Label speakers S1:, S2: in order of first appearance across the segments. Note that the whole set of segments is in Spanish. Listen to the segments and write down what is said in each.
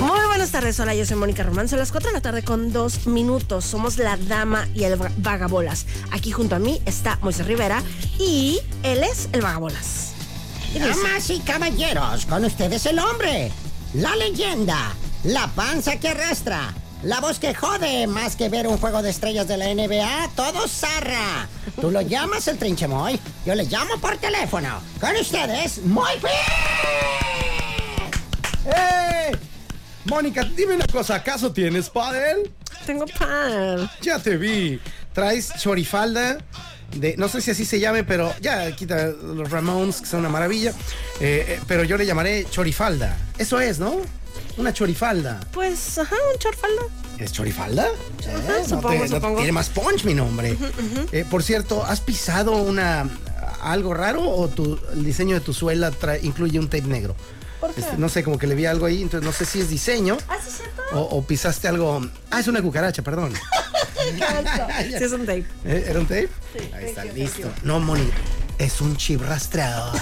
S1: Muy buenas tardes, hola, yo soy Mónica Román, son las 4 de la tarde con 2 minutos, somos la dama y el va- vagabolas. Aquí junto a mí está Moisés Rivera y él es el vagabolas. ¿Qué dice?
S2: Damas y caballeros, con ustedes el hombre, la leyenda, la panza que arrastra, la voz que jode más que ver un juego de estrellas de la NBA, todo zarra. Tú lo llamas el trinchemoy, yo le llamo por teléfono. Con ustedes, muy bien.
S3: ¡Ey! Mónica, dime una cosa, ¿acaso tienes pádel?
S1: Tengo pan.
S3: Ya te vi. Traes chorifalda de, no sé si así se llame, pero ya quita los Ramones, que son una maravilla. Eh, eh, pero yo le llamaré chorifalda. Eso es, ¿no? Una chorifalda.
S1: Pues, ajá, un chorfalda.
S3: ¿Es chorifalda? Eh, no te-
S1: supongo,
S3: no
S1: supongo.
S3: tiene más punch mi nombre. Eh, por cierto, ¿has pisado una algo raro o tu, el diseño de tu suela tra- incluye un tape negro?
S1: ¿Por qué?
S3: Este, no sé, como que le vi algo ahí, entonces no sé si es diseño.
S1: ¿Ah, sí es cierto?
S3: O, o pisaste algo. Ah, es una cucaracha, perdón.
S1: Sí, es un tape.
S3: ¿Eh? ¿Era un tape? Ahí está, listo. No, Moni, es un chip rastreador.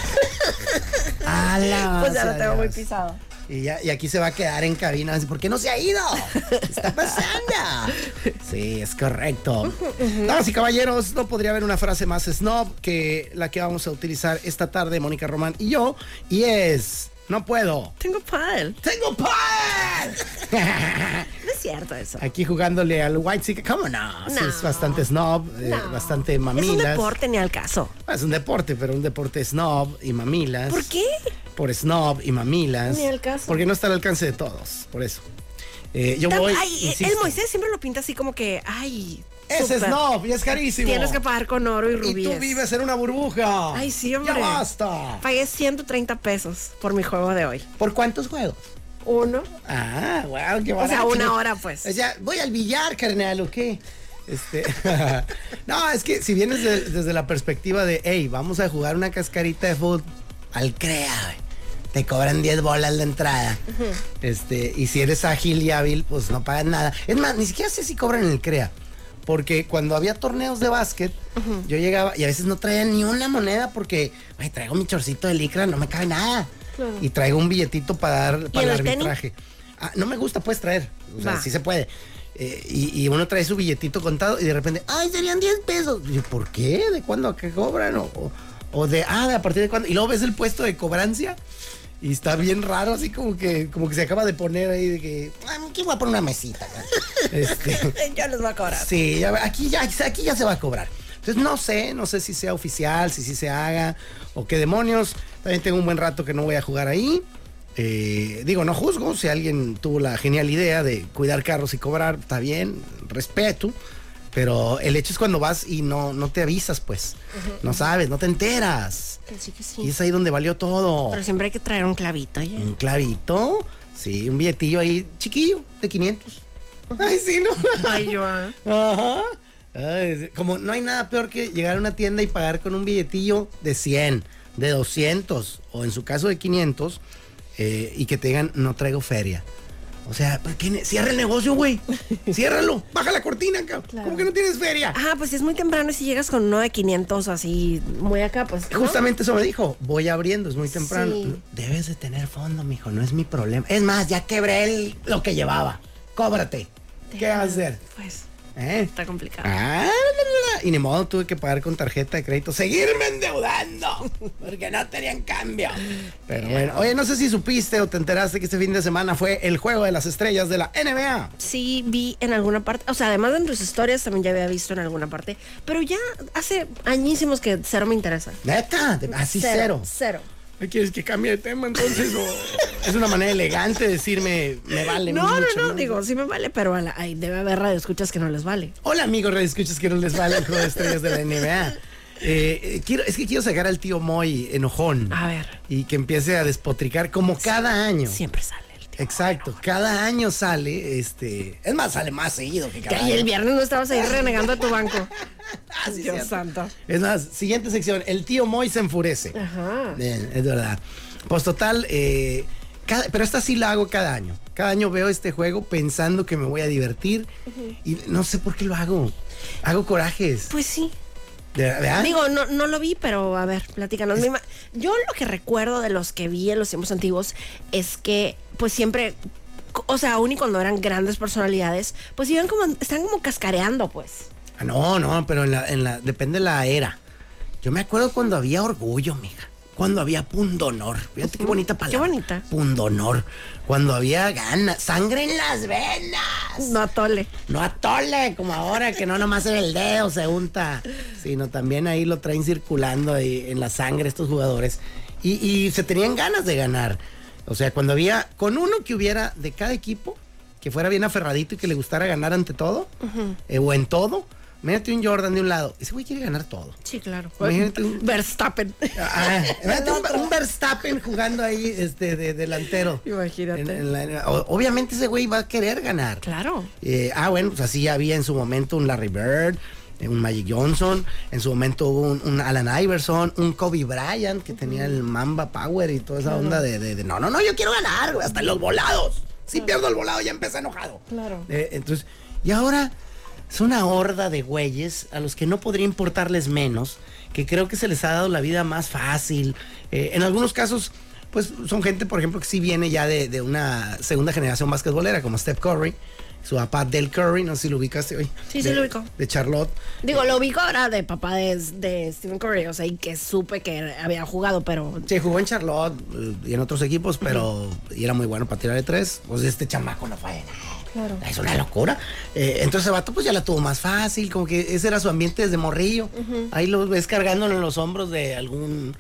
S3: Ala,
S1: Pues ya lo tengo muy
S3: Dios.
S1: pisado.
S3: Y, ya- y aquí se va a quedar en cabina. así, ¿Por qué no se ha ido? ¿Qué está pasando? Sí, es correcto. Damas y caballeros, no podría haber una frase más snob que la que vamos a utilizar esta tarde, Mónica Román y yo. Y es, no puedo.
S1: Tengo pan.
S3: ¡Tengo pan!
S1: No es cierto eso.
S3: Aquí jugándole al White Chica. ¿Cómo no? Sí,
S1: No.
S3: es bastante snob, eh,
S1: No.
S3: bastante
S1: Es un
S3: mamilas.
S1: deporte ni al caso.
S3: Ah, Es un deporte, pero un deporte snob y mamilas.
S1: ¿Por qué?
S3: Por snob y mamilas.
S1: Ni al caso.
S3: Porque no está al alcance de todos, por eso. Eh, yo
S1: Tam-
S3: voy.
S1: ay, el
S3: insisto.
S1: Moisés siempre lo pinta así como que, ay.
S3: Es
S1: súper.
S3: snob y es carísimo.
S1: Tienes que pagar con oro y
S3: Y
S1: rubíes.
S3: tú vives en una burbuja.
S1: Ay, sí, hombre.
S3: Ya basta.
S1: Pagué 130 pesos por mi juego de hoy.
S3: ¿Por cuántos juegos?
S1: Uno.
S3: Ah, wow, qué
S1: O sea,
S3: barato.
S1: una hora, pues.
S3: O sea, voy al billar, carnal, ¿o qué? Este, no, es que si vienes de- desde la perspectiva de, hey, vamos a jugar una cascarita de fútbol, al crea, güey. te cobran 10 bolas la entrada. Este, y si eres ágil y hábil, pues no pagas nada. Es más, ni siquiera sé si cobran en el crea. Porque cuando había torneos de básquet, yo llegaba y a veces no traía ni una moneda porque, güey, traigo mi chorcito de licra, no me cabe nada. Y traigo un billetito para dar para
S1: en el
S3: el
S1: tenis?
S3: arbitraje que- ah, no me gusta, puedes traer. O sea,
S1: Va.
S3: sí se puede. Eh, y, y uno trae su billetito contado y de repente, ¡ay, serían 10 pesos! Y yo, ¿por qué? ¿De cuándo a qué cobran? O, o- o de, ah, ¿de a partir de cuándo? Y luego ves el puesto de cobrancia y está bien raro, así como que, como que se acaba de poner ahí de que, "Ah, aquí voy a poner una mesita. Este,
S1: Yo les voy a cobrar.
S3: Sí, ya- aquí ya, aquí ya se va a cobrar. Entonces no sé, no sé si sea oficial, si sí se haga o qué demonios. También tengo un buen rato que no voy a jugar ahí. Eh, digo, no juzgo, si alguien tuvo la genial idea de cuidar carros y cobrar, está bien, respeto. Pero el hecho es cuando vas y no, no te avisas, pues. No sabes, no te enteras.
S1: Así que
S3: Y
S1: sí.
S3: es ahí donde valió todo.
S1: Pero siempre hay que traer un clavito, ¿eh? oye.
S3: Un clavito, sí, un billetillo ahí chiquillo de 500. Ay, sí, no.
S1: Ay, yo. ah.
S3: Ajá. Ay, sí. como no hay nada peor que llegar a una tienda y pagar con un billetillo de 100, de 200 o en su caso de 500 eh, y que te digan no traigo feria. O sea, ¿por qué ne- cierra el negocio, güey. Ciérralo, baja la cortina, cabrón. ¿Cómo que no tienes feria?
S1: Ajá, pues si es muy temprano y si llegas con uno de 500 así, muy acá, pues. ¿no?
S3: Justamente eso me dijo. Voy abriendo, es muy temprano.
S1: Sí.
S3: Debes de tener fondo, mijo, no es mi problema. Es más, ya quebré el- lo que llevaba. Cóbrate. ¿Qué vas a hacer?
S1: Pues
S3: ¿Eh?
S1: está complicado.
S3: Ah, la, la, la. Y ni modo tuve que pagar con tarjeta de crédito. Seguirme endeudando. Porque no tenían cambio. Pero bueno. Oye, no sé si supiste o te enteraste que este fin de semana fue el juego de las estrellas de la NBA.
S1: Sí, vi en alguna parte, o sea, además de en tus historias también ya había visto en alguna parte, pero ya hace añísimos que cero me interesa.
S3: Neta, de- así cero.
S1: Cero.
S3: ¿Quieres que cambie de tema entonces? es una manera elegante de decirme, me vale
S1: No, no,
S3: mucho,
S1: no, digo, sí me vale, pero a la- ay, debe haber radioescuchas que no les vale.
S3: Hola amigos, escuchas que no les vale el juego de estrellas de la NBA. Eh, eh, quiero, es que quiero sacar al tío Moy enojón
S1: A ver.
S3: y que empiece a despotricar como cada año. Eh,
S1: Siempre sale el tío.
S3: Exacto, cada año sale, este, es más, sale más seguido que
S1: Que
S3: cada
S1: ahí el
S3: año.
S1: viernes no estabas ahí renegando a tu banco.
S3: Ah, sí,
S1: Dios
S3: cierto.
S1: santo.
S3: Es más, siguiente sección, el tío Moy se enfurece.
S1: Ajá.
S3: Bien, es verdad. Pues total, eh, cada- pero esta sí la hago cada año. Cada año veo este juego pensando que me voy a divertir y no sé por qué lo hago. Hago corajes.
S1: Pues sí.
S3: ¿De verdad?
S1: Digo, no, no lo vi, pero a ver, platícanos. Mi ma- Yo lo que recuerdo de los que vi en los tiempos antiguos es que, pues siempre, co- o sea, aún y cuando eran grandes personalidades, pues iban como, están como cascareando, pues.
S3: Ah, no, no, pero en la, en la, depende de la era. Yo me acuerdo cuando había orgullo, mija. Cuando había pundonor. Fíjate qué bonita palabra.
S1: bonita.
S3: Pundonor. Cuando había ganas. Sangre en las venas.
S1: No atole.
S3: No atole, como ahora, que no nomás en el dedo se unta, sino también ahí lo traen circulando ahí en la sangre estos jugadores. Y, y se tenían ganas de ganar. O sea, cuando había, con uno que hubiera de cada equipo, que fuera bien aferradito y que le gustara ganar ante todo, eh, o en todo, mírate un Jordan de un lado. Ese güey quiere ganar todo.
S1: Sí, claro.
S3: Imagínate un-
S1: Pues, Verstappen.
S3: Ah, imagínate un, un Verstappen jugando ahí este, de delantero.
S1: Imagínate.
S3: En- en la- en la- o- obviamente ese güey va a querer ganar.
S1: Claro.
S3: Eh, ah, bueno, pues así había en su momento un Larry Bird, eh, un Magic Johnson, en su momento hubo un, un Alan Iverson, un Kobe Bryant que tenía el Mamba Power y toda esa onda de, de- de, no, no, no, yo quiero ganar, güey, hasta en los volados. Si pierdo el volado ya empecé enojado.
S1: Claro.
S3: Eh, entonces, y ahora es una horda de güeyes a los que no podría importarles menos, que creo que se les ha dado la vida más fácil. Eh, en algunos casos, pues son gente, por ejemplo, que sí viene ya de, de una segunda generación basquetbolera, como Steph Curry, su papá Del Curry, no sé si lo ubicaste hoy.
S1: Sí, sí
S3: De-
S1: lo ubico.
S3: De Charlotte.
S1: Digo, lo ubico ahora de papá de, de Stephen Curry, o sea, y que supe que había jugado, pero
S3: Sí, jugó en Charlotte eh, y en otros equipos, pero y era muy bueno para tirar de tres. Pues este chamaco no falla Claro. Es una locura. Eh, entonces el vato pues ya la tuvo más fácil, como que ese era su ambiente desde morrillo. Ahí lo ves cargándolo en los hombros de algún,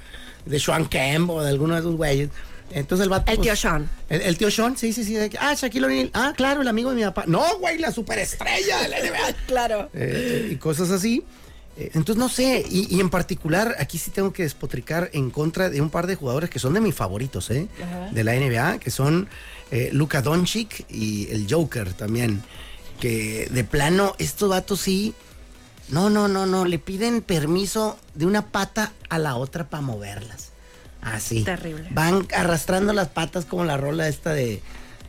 S3: de Sean Kemp o de alguno de esos güeyes. Entonces el vato...
S1: El
S3: pues,
S1: tío Sean.
S3: El, el tío Sean, sí, sí, sí. de que, ah, Shaquille O'Neal. Ah, claro, el amigo de mi papá. No, güey, la superestrella de la NBA.
S1: Claro.
S3: Eh, y cosas así. Eh, Entonces, no sé, y, y en particular, aquí sí tengo que despotricar en contra de un par de jugadores que son de mis favoritos, ¿eh? De la NBA, que son eh, Luka Doncic y el Joker también. Que de plano, estos vatos sí. No, no, no, no, le piden permiso de una pata a la otra para moverlas. Así.
S1: Terrible.
S3: Van arrastrando las patas como la rola esta de,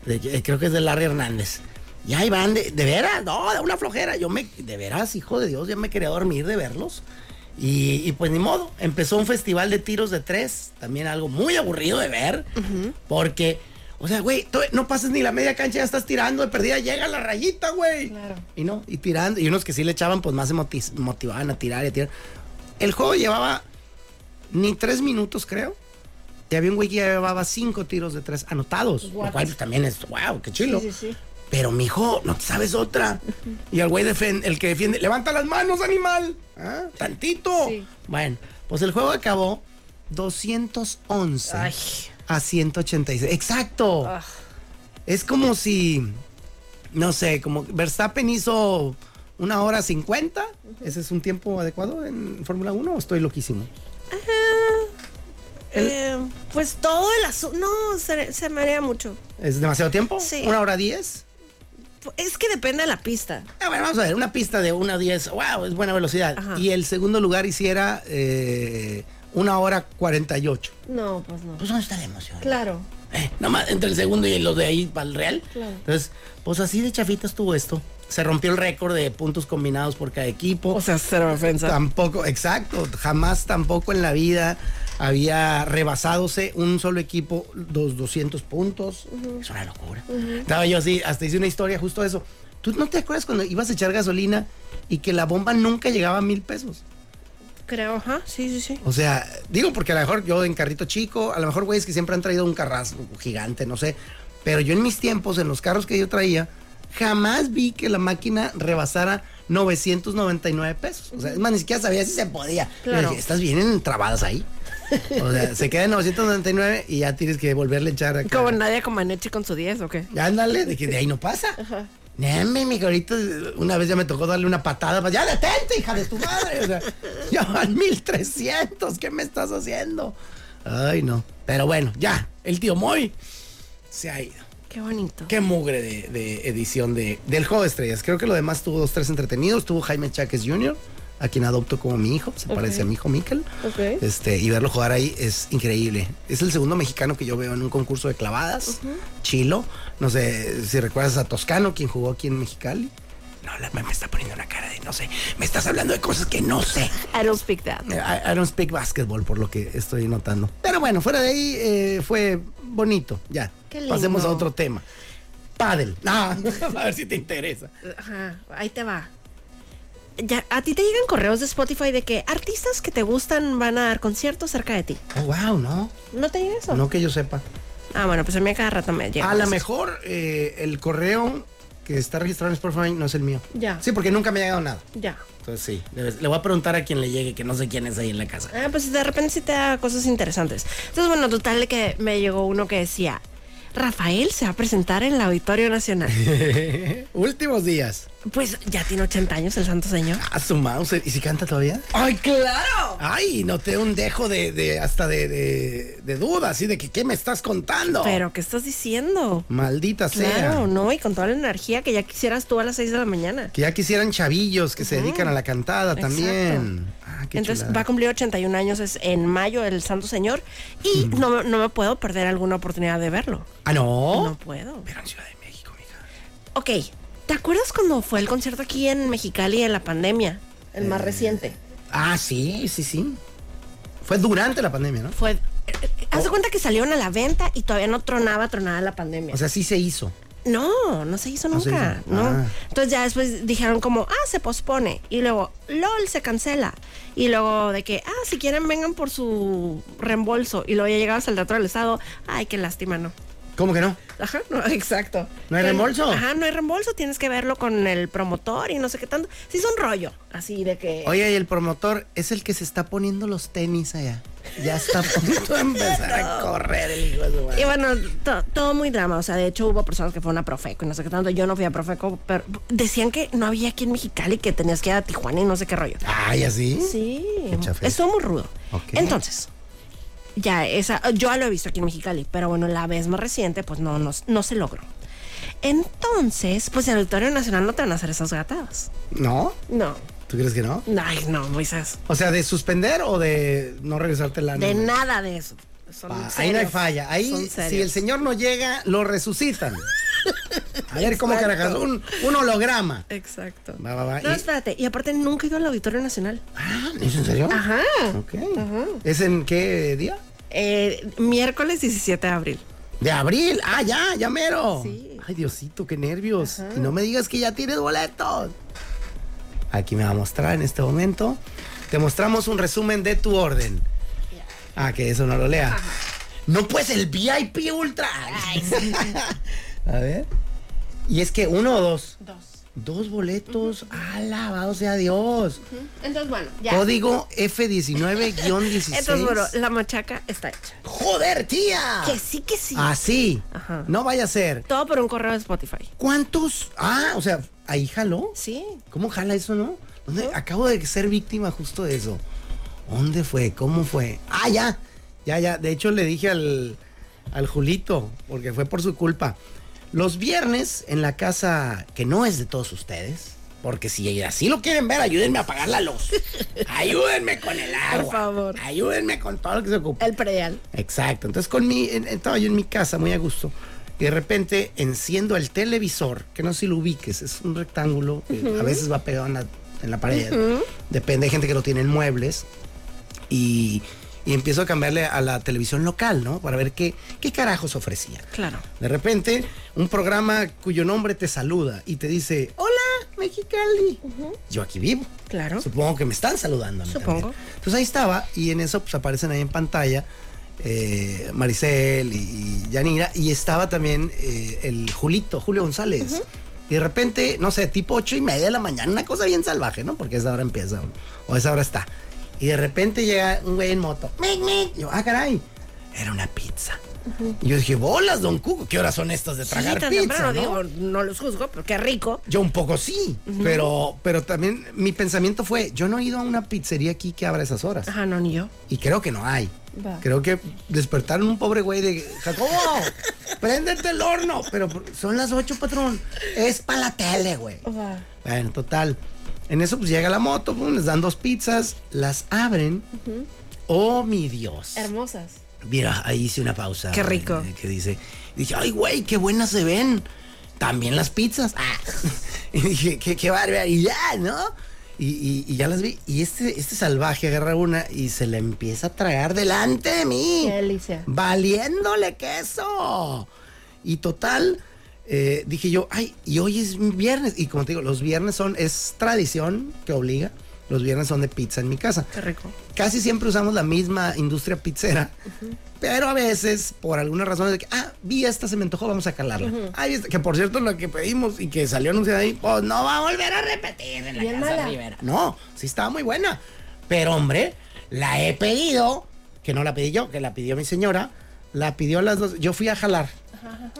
S3: de- eh, creo que es de Larry Hernández. Y ahí van, de, de veras, no, de una flojera. Yo me, de veras, hijo de Dios, ya me quería dormir de verlos. Y, y pues ni modo, empezó un festival de tiros de tres, también algo muy aburrido de ver, porque, o sea, güey, tú no pasas ni la media cancha, ya estás tirando, de perdida llega la rayita, güey.
S1: Claro.
S3: Y no, y tirando, y unos que sí le echaban, pues más se moti- motivaban a tirar y a tirar. El juego llevaba ni tres minutos, creo. Y había un güey que llevaba cinco tiros de tres anotados. Lo cual pues, también es, wow, qué chilo.
S1: Sí, sí, sí.
S3: Pero, mijo, no te sabes otra. Y al güey, defen- el que defiende, levanta las manos, animal. ¿Ah? Tantito.
S1: Sí.
S3: Bueno, pues el juego acabó 211
S1: Ay.
S3: a 186. Exacto.
S1: Ah.
S3: Es como si, no sé, como Verstappen hizo una hora 50. ¿Ese es un tiempo adecuado en Fórmula 1 o estoy loquísimo?
S1: Eh, pues todo el asunto. No, se, se marea mucho.
S3: ¿Es demasiado tiempo?
S1: Sí.
S3: ¿Una hora 10?
S1: Es que depende de la pista.
S3: Ah, bueno, vamos a ver, una pista de 1 a 10, wow, es buena velocidad.
S1: Ajá.
S3: Y el segundo lugar hiciera eh, una hora 48.
S1: No, pues no.
S3: Pues ¿dónde está la emoción?
S1: Claro.
S3: Eh, nomás entre el segundo y los de ahí para el Real.
S1: Claro.
S3: Entonces, pues así de chafita estuvo esto. Se rompió el récord de puntos combinados por cada equipo.
S1: O sea, cero ofensa.
S3: Tampoco, exacto, jamás tampoco en la vida había rebasádose un solo equipo los 200 puntos. Es una locura. Estaba yo así, hasta hice una historia justo de eso. ¿Tú no te acuerdas cuando ibas a echar gasolina y que la bomba nunca llegaba a mil pesos?
S1: Creo, ajá. Sí, sí, sí.
S3: O sea, digo porque a lo mejor yo en carrito chico, a lo mejor güeyes que siempre han traído un carrazo gigante, no sé. Pero yo en mis tiempos, en los carros que yo traía, jamás vi que la máquina rebasara 999 pesos. O sea, es más, ni siquiera sabía si se podía. Yo
S1: Claro.
S3: dije, Estás bien entrabadas ahí. O sea, se queda en 999 y ya tienes que volverle a echar acá.
S1: Como Nadia Comaneci con su 10, ¿o qué?
S3: Ándale, de que de ahí no pasa. Neme, mi ahorita una vez ya me tocó darle una patada. pues, Ya detente, hija de tu madre. O sea, ya van 1300. ¿Qué me estás haciendo? Ay, no. Pero bueno, ya. El tío Moy se ha ido.
S1: Qué bonito.
S3: Qué mugre de, de edición de, del Juego de Estrellas. Creo que lo demás tuvo dos, tres entretenidos. Tuvo Jaime Cháquez Jr., a quien adopto como mi hijo. Se parece a mi hijo Mikel.
S1: Ok.
S3: Este, y verlo jugar ahí es increíble. Es el segundo mexicano que yo veo en un concurso de clavadas. Chilo. No sé si recuerdas a Toscano, quien jugó aquí en Mexicali. No, la me está poniendo una cara de no sé. Me estás hablando de cosas que no sé.
S4: I don't speak that.
S3: I, I don't speak basketball, por lo que estoy notando. Pero bueno, fuera de ahí eh, fue bonito. Ya.
S1: Qué lindo.
S3: Pasemos a otro tema. Paddle. Ah, a ver si te interesa.
S1: Ajá, ahí te va. Ya, a ti te llegan correos de Spotify de que artistas que te gustan van a dar conciertos cerca de ti.
S3: Oh, wow, no.
S1: ¿No te llega eso?
S3: No que yo sepa.
S1: Ah, bueno, pues a mí a cada rato me llega.
S3: A lo
S1: eso.
S3: mejor eh, el correo que está registrado en Spotify no es el mío.
S1: Ya.
S3: Sí, porque nunca me ha llegado nada.
S1: Ya.
S3: Entonces sí, le le voy a preguntar a quien le llegue, que no sé quién es ahí en la casa.
S1: Ah, pues de repente sí te da cosas interesantes. Entonces, bueno, total de que me llegó uno que decía, Rafael se va a presentar en el Auditorio Nacional.
S3: Últimos días.
S1: pues ya tiene 80 años el santo señor.
S3: Ah, su mouse. ¿Y si canta todavía?
S1: ¡Ay, claro!
S3: Ay, noté un dejo de, de- hasta de, de, de duda, así de que ¿qué me estás contando?
S1: Pero, ¿qué estás diciendo?
S3: Maldita
S1: Claro,
S3: sea.
S1: no, y con toda la energía que ya quisieras tú a las 6 de la mañana.
S3: Que ya quisieran chavillos que se dedican a la cantada también.
S1: Exacto.
S3: Ah, qué
S1: Entonces
S3: chulada.
S1: va a cumplir 81 años es en mayo el Santo Señor y no, me- no me puedo perder alguna oportunidad de verlo.
S3: Ah, no.
S1: No puedo.
S3: Pero en Ciudad de México, mija.
S1: Ok, ¿te acuerdas cuando fue el concierto aquí en Mexicali en la pandemia? El
S3: Eh,
S1: más reciente.
S3: Ah, sí, sí, sí. Fue durante la pandemia, ¿no?
S1: Fue... eh, eh, Haz de
S3: ¿Oh?
S1: cuenta que salieron a la venta y todavía no tronaba, tronaba la pandemia.
S3: O sea, sí se hizo.
S1: no, no se hizo
S3: No se
S1: nunca.
S3: hizo.
S1: No.
S3: Ah.
S1: Entonces ya después dijeron como, ah, se pospone. Y luego, LOL se cancela. Y luego de que, ah, si quieren vengan por su reembolso. Y luego ya llegabas al Teatro del Estado. Ay, qué lástima, no.
S3: ¿Cómo que no?
S1: Ajá, no, exacto.
S3: ¿No hay
S1: Que-
S3: reembolso?
S1: Ajá, no hay reembolso, tienes que verlo con el promotor y no sé qué tanto. Sí, es un rollo, así de que...
S3: Oye, y el promotor es el que se está poniendo los tenis allá. Ya está a punto de empezar a correr el hijo de su madre.
S1: Y bueno, to- todo muy drama, o sea, de hecho hubo personas que fueron a Profeco y no sé qué tanto, yo no fui a Profeco, pero decían que no había aquí en Mexicali, que tenías que ir a Tijuana y no sé qué rollo.
S3: Ay, ¿así?
S1: Sí,
S3: Qué chafa.
S1: estuvo muy rudo.
S3: Ah, Ok.
S1: Entonces, ya esa, yo ya lo he visto aquí en Mexicali, pero bueno, la vez más reciente, pues no, no, no se logró. Entonces, pues en el Auditorio Nacional no te van a hacer esas gatadas.
S3: ¿No?
S1: No,
S3: ¿Tú crees que no?
S1: Ay, no, Moisés.
S3: O sea, de suspender o de Ah, no regresarte la
S1: De nada de eso. Son
S3: Pa- ahí
S1: serios.
S3: no hay falla.
S1: Son
S3: Ahí, si
S1: serios.
S3: el señor no llega, lo resucitan. A ver cómo
S1: Exacto.
S3: carajas. Un, un holograma.
S1: Exacto.
S3: Va, va, va.
S1: No,
S3: Y-
S1: espérate. Y aparte, nunca he ido al Auditorio Nacional.
S3: Ah, ¿Es en serio?
S1: Ajá.
S3: Ok. ¿Es en qué día?
S1: Eh, miércoles 17 de abril.
S3: De abril. Ah, ya, ya mero.
S1: Sí.
S3: Ay, Diosito, qué nervios. Y no me digas que ya tienes boletos. Aquí me va a mostrar en este momento. Te mostramos un resumen de tu orden. Ah, que eso no lo lea. No, pues el VIP Ultra. a ver. Y es que uno o dos.
S1: Dos.
S3: Dos boletos. Alabado sea Dios.
S1: Entonces, bueno, ya.
S3: Código F19-16.
S1: Entonces, bueno, la machaca está hecha.
S3: Joder, tía.
S1: Que sí, que sí.
S3: Ah. Así.
S1: Ajá.
S3: No vaya a ser.
S1: Todo por un correo de Spotify.
S3: ¿Cuántos? Ah, o sea, ahí jaló.
S1: Sí.
S3: ¿Cómo jala eso, no? ¿Dónde? Acabo de ser víctima justo de eso. ¿Dónde fue? ¿Cómo fue? Ah, ya. Ya, ya. De hecho, le dije al, al Julito, porque fue por su culpa. Los viernes en la casa que no es de todos ustedes, porque si así lo quieren ver, ayúdenme a apagar la luz. ayúdenme con el agua.
S1: favor.
S3: Ayúdenme con todo lo que se ocupa.
S1: El predial.
S3: Exacto. Entonces con mi, en- estaba yo en mi casa muy a gusto. Y de repente enciendo el televisor, que no sé si lo ubiques, es un rectángulo, que a veces va pegado en la, en la pared. Depende, hay gente que lo tiene en muebles. Y, y empiezo a cambiarle a la televisión local, ¿no? Para ver qué, qué carajos ofrecía.
S1: Claro.
S3: De repente, un programa cuyo nombre te saluda y te dice, hola, Mexicali. Yo aquí vivo.
S1: Claro.
S3: Supongo que me están saludando. a mí
S1: Supongo.
S3: también. Entonces ahí estaba y en eso pues aparecen ahí en pantalla eh, Maricel y, y Yanira y estaba también eh, el Julito, Julio González. Y de repente, no sé, tipo ocho y media de la mañana, una cosa bien salvaje, ¿no? Porque a esa hora empieza o- o a esa hora está. Y de repente llega un güey en moto. ¡Mic, mic! Yo, ah, caray. Era una pizza. Y yo dije, bolas, don Cuco, ¿qué horas son estas de
S1: Sí, tan
S3: tragar pizza?
S1: temprano,
S3: no?"
S1: digo, no los juzgo, pero qué rico.
S3: Yo un poco sí, pero, pero también mi pensamiento fue, yo no he ido a una pizzería aquí que abra esas horas.
S1: Ajá, no, ni yo.
S3: Y creo que no hay.
S4: Va.
S3: Creo que despertaron un pobre güey de Jacobo, préndete el horno. Pero son las 8, patrón. Es para la tele, güey.
S1: Oh.
S4: Va.
S3: Bueno, total. En eso pues llega la moto, pum, les dan dos pizzas, las abren. Oh, mi Dios.
S4: Hermosas.
S3: Mira, ahí hice una pausa.
S1: Qué rico.
S3: eh, Que dice, dije, ay, güey, qué buenas se ven. También las pizzas. Ah. Y dije, qué, qué barbaridad, ¿no? Y, y- y ya las vi. Y este, este salvaje agarra una y se la empieza a tragar delante de mí.
S4: Qué delicia.
S3: Valiéndole queso. Y total, eh, dije yo, ay, y hoy es viernes. Y como te digo, los viernes son, es tradición que obliga. Los viernes son de pizza en mi casa
S1: Qué rico.
S3: casi siempre usamos la misma industria pizzera. Pero a veces, por alguna razón, es de que, ah, vi esta, se me antojó, vamos a calarla. Ay, esta- que por cierto, lo que pedimos y que salió anunciada ahí, pues no va a volver a repetir en la
S4: Bien
S3: casa
S4: mala.
S3: Rivera. No, sí estaba muy buena. Pero, hombre, la he pedido, que no la pedí yo, que la pidió mi señora, la pidió a las dos. Yo fui a jalar.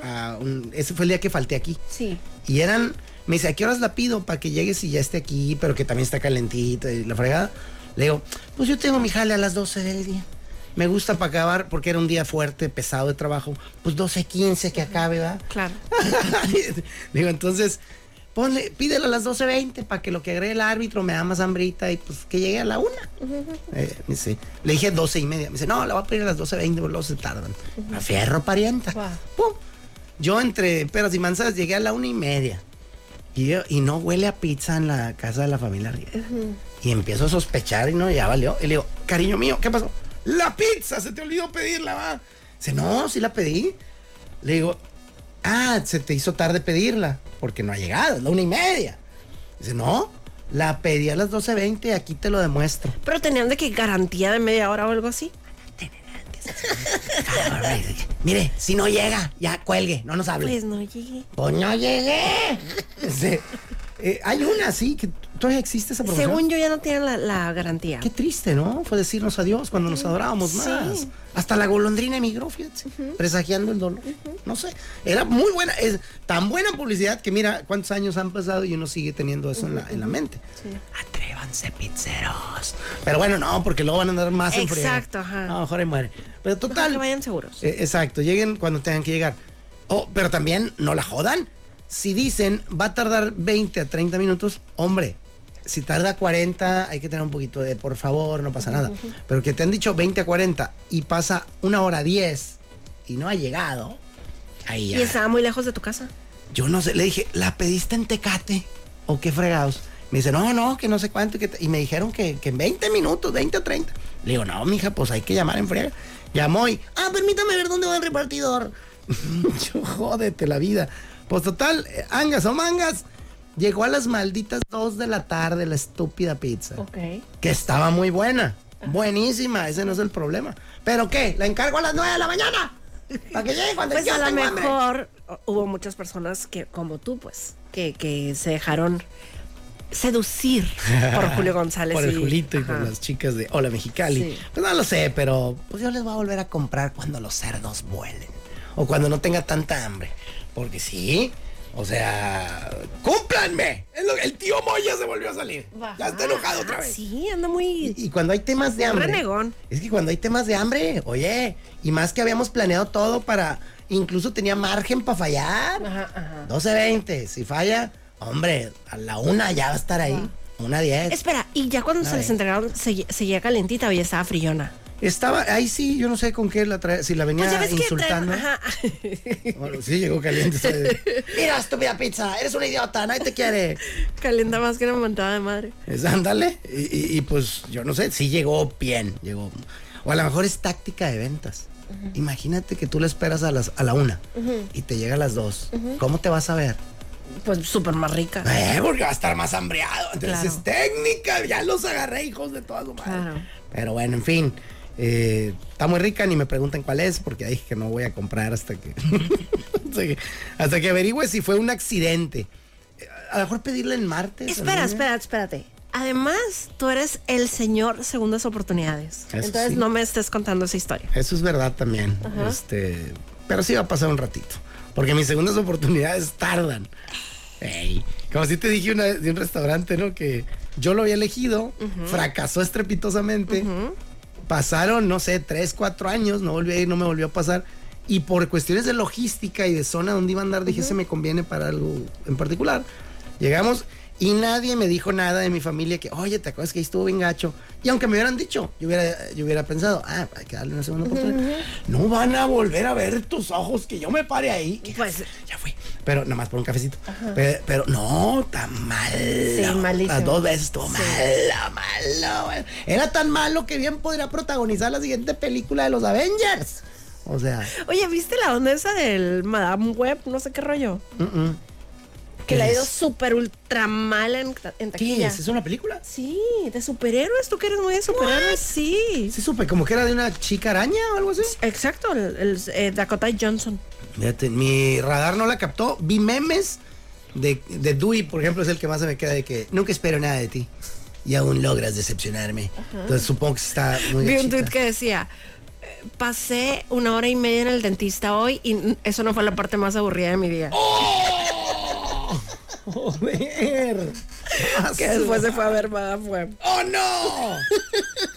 S3: a un- ese fue el día que falté aquí.
S4: Sí.
S3: Y eran, me dice, ¿a qué horas la pido para que llegues y ya esté aquí, pero que también está calentita y la fregada? Le digo, pues yo tengo mi jale a las 12 del día. Me gusta para acabar, porque era un día fuerte, pesado de trabajo, pues 12.15 que acabe, ¿verdad?
S1: Claro.
S3: Digo, entonces, ponle, pídelo a las 12.20 para que lo que agregue el árbitro me da más hambrita y pues que llegue a la una. Eh, me dice, le dije 12 y media. Me dice, no, la voy a pedir a las 12.20, porque luego se tardan. A fierro parienta.
S4: Guau.
S3: Pum. Yo entre peras y manzanas llegué a la una y media. Y, yo- y no huele a pizza en la casa de la familia Rivera. Y empiezo a sospechar y no, ya valió. Y le digo, cariño mío, ¿qué pasó? La pizza, se te olvidó pedirla, va. Dice, no, sí la pedí. Le digo, ah, se te hizo tarde pedirla, porque no ha llegado, es la una y media. Dice, no, la pedí a las 12.20, aquí te lo demuestro.
S1: Pero tenían de que garantía de media hora o algo así.
S3: Mire, si no llega, ya cuelgue, no nos hable.
S1: Pues no llegué.
S3: Pues no llegué. Este, eh, hay una, sí, que todavía existe esa profesión.
S1: Según yo ya no tienen la, la garantía.
S3: Qué triste, ¿no? Fue decirnos adiós cuando nos adorábamos más. Hasta la golondrina emigró, fíjate, presagiando el dolor. No sé, era muy buena, es tan buena publicidad que mira cuántos años han pasado y uno sigue teniendo eso en la, en la mente. Atrévanse, pizzeros. Pero bueno, no, porque luego van a andar más en friega.
S1: Exacto, ajá.
S3: No, mejor ahí muere. Pero
S1: Ojalá
S3: total.
S1: que vayan seguros.
S3: Eh, exacto, lleguen cuando tengan que llegar. Oh, pero también no la jodan. Si dicen va a tardar 20 a 30 minutos, hombre, si tarda 40 hay que tener un poquito de por favor, no pasa nada. Pero que te han dicho 20 a 40 y pasa una hora 10 y no ha llegado, ahí ya.
S1: Y estaba muy lejos de tu casa.
S3: Yo no sé, le dije, ¿la pediste en Tecate? ¿O qué fregados? Me dice, no, no, que no sé cuánto. que te-". y me dijeron que, que en 20 minutos, 20 o 30. Le digo, no, mija, pues hay que llamar en friega. Llamó y, ah, permítame ver dónde va el repartidor. Yo, jódete la vida. Pues total, eh, angas o mangas, llegó a las malditas 2 de la tarde la estúpida pizza.
S4: Ok.
S3: Que estaba muy buena. Buenísima, ese no es el problema. ¿Pero qué? ¿La encargo a las 9 de la mañana? Para que llegue cuando
S1: Pues
S3: yo
S1: a lo
S3: tengo hambre.
S1: mejor o- hubo muchas personas que, como tú, pues, que, que se dejaron seducir por Julio González.
S3: Por el
S1: y-
S3: Julito y por
S1: ajá.
S3: las chicas de Hola Mexicali.
S4: Sí.
S3: Pues no lo sé, pero pues yo les voy a volver a comprar cuando los cerdos vuelen. O cuando no tenga tanta hambre. Porque sí, o sea, cúmplanme. Es lo que- el tío Moya se volvió a salir.
S4: Ajá.
S3: Ya está enojado otra
S1: Ah,
S3: vez.
S1: sí, anda muy.
S3: Y cuando hay temas de hambre.
S1: Renegón.
S3: Es que cuando hay temas de hambre, oye, y más que habíamos planeado todo para. Incluso tenía margen para fallar.
S4: Ajá, ajá.
S3: 12.20. Si falla, hombre, a la una ya va a estar ahí. Una diez.
S1: Espera, y ya cuando se
S3: A
S1: les
S3: ver.
S1: entregaron, se- seguía calentita o ya estaba frillona.
S3: Estaba, ahí sí, yo no sé con qué la trae, si la venía
S1: Pues ya ves que traen-
S3: insultando.
S1: ajá.
S3: Bueno, sí, llegó caliente. ¿sabes? Mira, estúpida pizza, eres una idiota, nadie te quiere.
S1: Calienta más que una montada de madre.
S3: Es, ándale. Y, y- y, pues yo no sé, sí llegó bien, llegó. O a lo mejor es táctica de ventas. Imagínate que tú le esperas a, las, a la una y te llega a las dos. ¿Cómo te vas a ver?
S1: Pues súper más rica.
S3: Eh, porque va a estar más hambreado. Entonces
S1: Claro.
S3: es técnica, ya los agarré, hijos de toda su madre.
S1: Claro.
S3: Pero bueno, en fin. eh, está muy rica, ni me pregunten cuál es, porque dije que no voy a comprar hasta que. hasta, que hasta que averigüe si fue un accidente. Eh, A lo mejor pedirle en martes. en
S1: Espera,
S3: línea.
S1: espera, espérate. Además, tú eres el señor segundas oportunidades.
S3: Eso
S1: Entonces
S3: sí.
S1: no me estés contando esa historia.
S3: Eso es verdad también. Este, pero sí va a pasar un ratito. Porque mis segundas oportunidades tardan. Ey, como si te dije una vez de un restaurante, ¿no? Que yo lo había elegido, fracasó estrepitosamente. Pasaron, no sé, 3, 4 años, no volví a ir, no me volvió a pasar. Y por cuestiones de logística y de zona donde iba a andar, dije, se me conviene para algo en particular. Llegamos y nadie me dijo nada de mi familia que, oye, ¿te acuerdas que ahí estuvo bien gacho? Y aunque me hubieran dicho, yo hubiera, yo hubiera pensado, ah, hay que darle una segunda oportunidad. No van a volver a ver tus ojos que yo me pare ahí.
S1: Pues-
S3: ya fui. Pero nada más por un cafecito. Pe- Pero, no, tan mal.
S1: Sí, malísimo.
S3: Las dos veces estuvo malo, malo. bueno. Era tan malo que bien podría protagonizar la siguiente película de los Avengers. O sea,
S1: Oye, ¿viste la onda esa del Madame Web? No sé qué rollo.
S3: mm-mm.
S1: Que le ha
S3: ¿Qué
S1: ido
S3: es?
S1: súper ultra mal en, ta- en
S3: ¿qué
S1: taquilla.
S3: es? ¿Es una película?
S1: Sí, de superhéroes. Tú que eres muy de superhéroes, sí.
S3: Sí, supe, como que era de una chica araña o algo así.
S1: Exacto, el, el, eh, Dakota Johnson.
S3: Fíjate, mi radar no la captó. Vi memes de, de Dewey, por ejemplo, es el que más se me queda de que nunca espero nada de ti. Y aún logras decepcionarme. Entonces supongo que sí está muy
S1: Vi un
S3: gachita.
S1: tuit que decía, eh, pasé una hora y media en el dentista hoy y n- eso no fue la parte más aburrida de mi día.
S3: Oh, Joder.
S1: que después se fue a ver Madame Web.
S3: ¡Oh, no!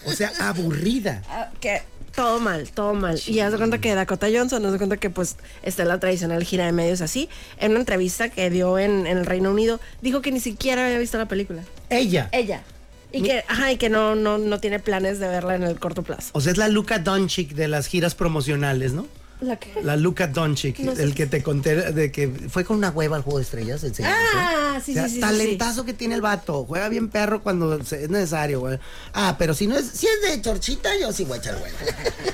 S3: O sea, aburrida.
S1: Ah, que todo mal, todo mal. Y haz de cuenta que Dakota Johnson, haz de cuenta que pues está en la tradicional gira de medios así. En una entrevista que dio en, en el Reino Unido, dijo que ni siquiera había visto la película.
S3: Ella.
S1: Ella. Y que, ajá, y que no, no, no tiene planes de verla en el corto plazo.
S3: O sea, es la Luca Doncic de las giras promocionales, ¿no?
S1: ¿La qué?
S3: La Luca Doncic,
S1: No sé.
S3: el que te conté de que fue con una hueva al juego de estrellas. el señor,
S1: Ah, sí,
S3: O sea,
S1: sí, sí, sí,
S3: Talentazo que tiene el vato. Juega bien perro cuando se- es necesario, güey. Ah, pero si no es, si es de chorchita, yo sí voy a echar hueva.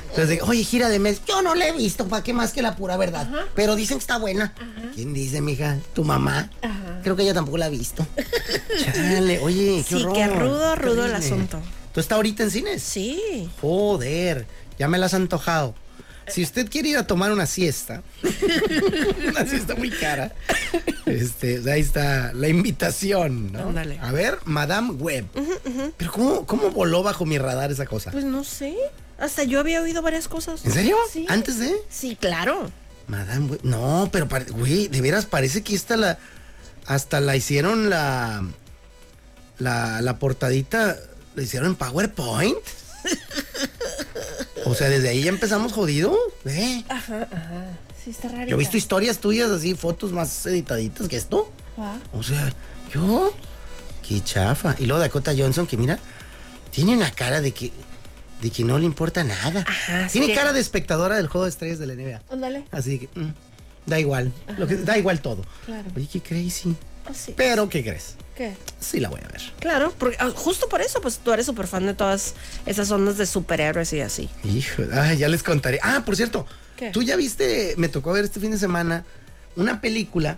S3: Entonces, de- oye, gira de mes. Yo no la he visto, ¿para qué más que la pura verdad? Pero dicen que está buena. ¿Quién dice, mija? ¿Tu mamá? Creo que ella tampoco la ha visto. Chale, oye, qué
S1: Sí,
S3: horror.
S1: qué rudo,
S3: Qué
S1: rudo el
S3: horrible.
S1: asunto.
S3: ¿Tú estás ahorita en cines?
S1: Sí.
S3: Joder, ya me las has antojado. Si usted quiere ir a tomar una siesta, una siesta muy cara, este, ahí está la invitación, ¿no?
S1: Ándale.
S3: A ver, Madame Web. Pero ¿cómo, ¿cómo voló bajo mi radar esa cosa?
S1: Pues no sé. Hasta yo había oído varias cosas.
S3: ¿En serio?
S1: Sí.
S3: ¿Antes de?
S1: Sí, claro.
S3: Madame Web. No, pero, pare- güey, de veras parece que esta la... Hasta la hicieron la... La, la portadita, la hicieron en PowerPoint. O sea, desde ahí ya empezamos jodido. ¿eh?
S1: Sí, está raro.
S3: Yo he visto historias tuyas así, fotos más editaditas que esto.
S1: Ah.
S3: O sea, yo. Qué chafa. Y luego Dakota Johnson, que mira, tiene una cara de que. de que no le importa nada.
S1: Ajá, sí
S3: tiene
S1: que-
S3: cara de espectadora del juego de estrellas de la NBA.
S1: Ándale.
S3: Así que. mm, da igual. Lo que, da igual todo.
S1: Claro.
S3: Oye, qué crazy.
S1: Así.
S3: Pero, ¿qué crees?
S1: Ah, ¿Qué?
S3: Sí la voy a ver.
S1: Claro, porque ah, justo por eso, pues tú eres súper fan de todas esas ondas de superhéroes y así.
S3: Hijo, ay, ya les contaré. Ah, por cierto,
S1: ¿Qué?
S3: tú ya viste, me tocó ver este fin de semana una película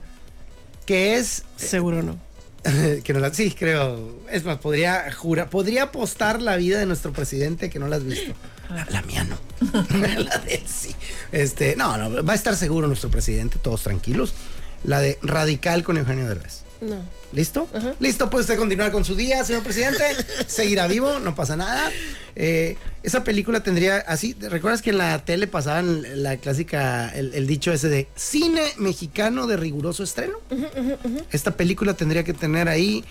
S3: que es
S1: Seguro no.
S3: que no la, sí, creo. Es más, podría jura, podría apostar la vida de nuestro presidente que no la has visto. La, la mía no. la de él sí. Este, no, no, va a estar seguro nuestro presidente, todos tranquilos. La de Radical con Eugenio Derbez.
S1: No.
S3: ¿Listo? ¿Listo? Puede usted continuar con su día, señor presidente. Seguirá vivo, no pasa nada. Eh, esa película tendría así. ¿te ¿Recuerdas que en la tele pasaban la clásica, el, el dicho ese de cine mexicano de riguroso estreno? Esta película tendría que tener ahí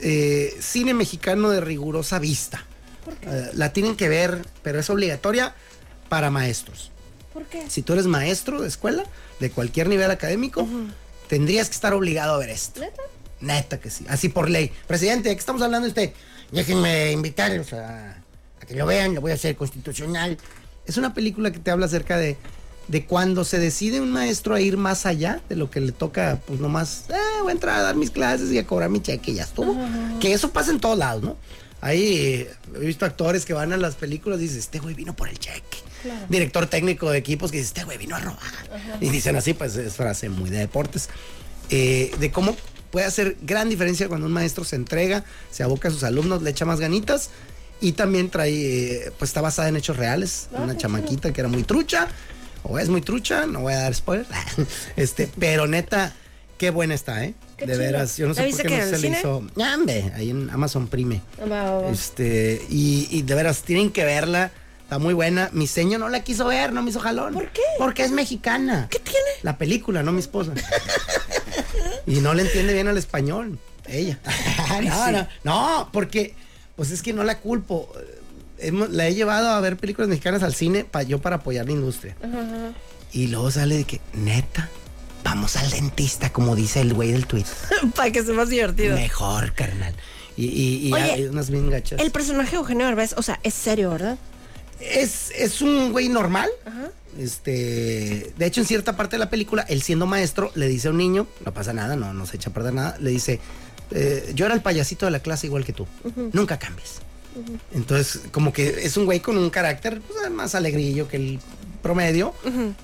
S3: eh, cine mexicano de rigurosa vista. Eh, la tienen que ver, pero es obligatoria para maestros.
S1: ¿Por qué?
S3: Si tú eres maestro de escuela, de cualquier nivel académico, tendrías que estar obligado a ver esto.
S1: ¿Neta?
S3: Neta que sí, así por ley. Presidente, ¿de qué estamos hablando de usted? Déjenme invitarlos a, a que lo vean, lo voy a hacer constitucional. Es una película que te habla acerca de, de cuando se decide un maestro a ir más allá de lo que le toca, pues nomás, eh, voy a entrar a dar mis clases y a cobrar mi cheque y ya estuvo. Que eso pasa en todos lados, ¿no? Ahí eh, he visto actores que van a las películas y dicen, este güey vino por el cheque. Director técnico de equipos que dice, este güey vino a robar. Y dicen así, pues es frase muy de deportes. Eh, de cómo puede hacer gran diferencia cuando un maestro se entrega, se aboca a sus alumnos, le echa más ganitas. Y también trae, eh, pues está basada en hechos reales.
S1: Ah,
S3: una chamaquita que era muy trucha, o es muy trucha, no voy a dar spoiler. este, pero neta, qué buena está, ¿eh?
S1: Qué
S3: de
S1: chido.
S3: veras, yo no
S1: ¿La
S3: sé por
S1: viste
S3: qué
S1: que
S3: no
S1: en
S3: se
S1: el
S3: le
S1: cine? Oh.
S3: hizo. Ya, hombre, ahí en Amazon Prime.
S1: Va, va, va.
S3: Este, y, y de veras, tienen que verla. Está muy buena. Mi seño no la quiso ver, no me hizo jalón.
S1: ¿Por qué?
S3: Porque es mexicana.
S1: ¿Qué tiene?
S3: La película, no mi esposa. y no le entiende bien al español. Ella. no, no, no, porque, pues es que no la culpo. hemos- la he llevado a ver películas mexicanas al cine pa- yo para apoyar la industria. Y luego sale de que, neta, vamos al dentista, como dice el güey del tweet.
S1: Para que sea más divertido.
S3: Mejor, carnal. Y, y, y
S1: Oye,
S3: hay unas bien gachas.
S1: El personaje de Eugenio Derbez, o sea, es serio, ¿verdad?
S3: Es, es un güey normal. Este, de hecho, en cierta parte de la película, él siendo maestro, le dice a un niño, no pasa nada, no, no se echa a perder nada, le dice, eh, yo era el payasito de la clase igual que tú, nunca cambies. Entonces, como que es un güey con un carácter pues, más alegrillo que el promedio,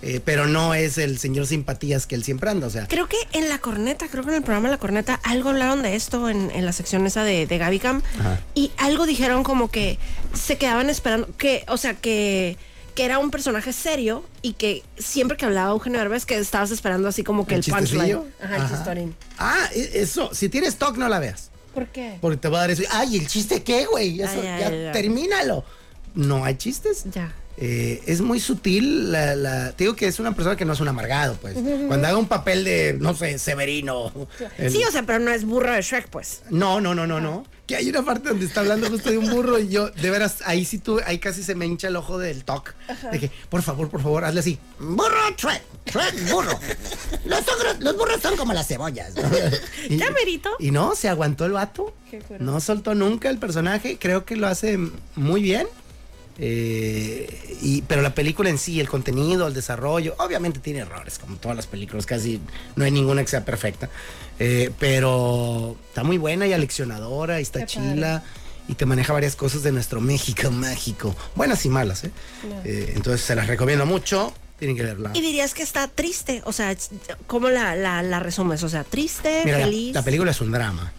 S3: eh, pero no es el señor simpatías que él siempre anda, o sea,
S1: Creo que en La Corneta, creo que en el programa La Corneta, algo hablaron de esto en, en la sección esa de, de Gaby Cam.
S3: Ajá.
S1: Y algo dijeron como que se quedaban esperando, que, o sea, que, que era un personaje serio y que siempre que hablaba Eugenio Derbez, que estabas esperando así como que el,
S3: chistecillo.
S1: punchline. Ajá, el
S3: Ajá.
S1: chistorín.
S3: Ah, e- eso, si tienes TOC no la veas.
S1: ¿Por qué?
S3: Porque te va a dar eso. Ay, ¿el chiste qué, güey? Eso,
S1: Ay, ay,
S3: ya,
S1: ay.
S3: termínalo. No hay chistes.
S1: Ya.
S3: Eh, es muy sutil. La, la- te digo que es una persona que no es un amargado, pues. Cuando haga un papel de, no sé, Severino. el-
S1: Sí, o sea, pero no es burro de Shrek, pues.
S3: No, no, no, no, no. Ah. Que hay una parte donde está hablando justo de un burro y yo, de veras, ahí sí tuve, ahí casi se me hincha el ojo del toc. De que, por favor, por favor, hazle así.
S2: Burro, truec, truec, burro. Los, ogros- los burros son como las cebollas. ¿no?
S3: Y-
S1: Ya, merito.
S3: Y no, se aguantó el vato.
S1: Qué cura.
S3: No soltó nunca el personaje. Creo que lo hace muy bien. Eh, y, pero la película en sí, el contenido, el desarrollo, obviamente tiene errores, como todas las películas, casi no hay ninguna que sea perfecta. Eh, pero está muy buena y aleccionadora, y está
S1: Qué padre.
S3: chila, y te maneja varias cosas de nuestro México mágico, buenas y malas. ¿eh? Eh, entonces se las recomiendo mucho, tienen que verla.
S1: Y dirías que está triste, o sea, ¿cómo la, la, la resumes? O sea, triste,
S3: Mira, la-
S1: feliz.
S3: La, película es un drama.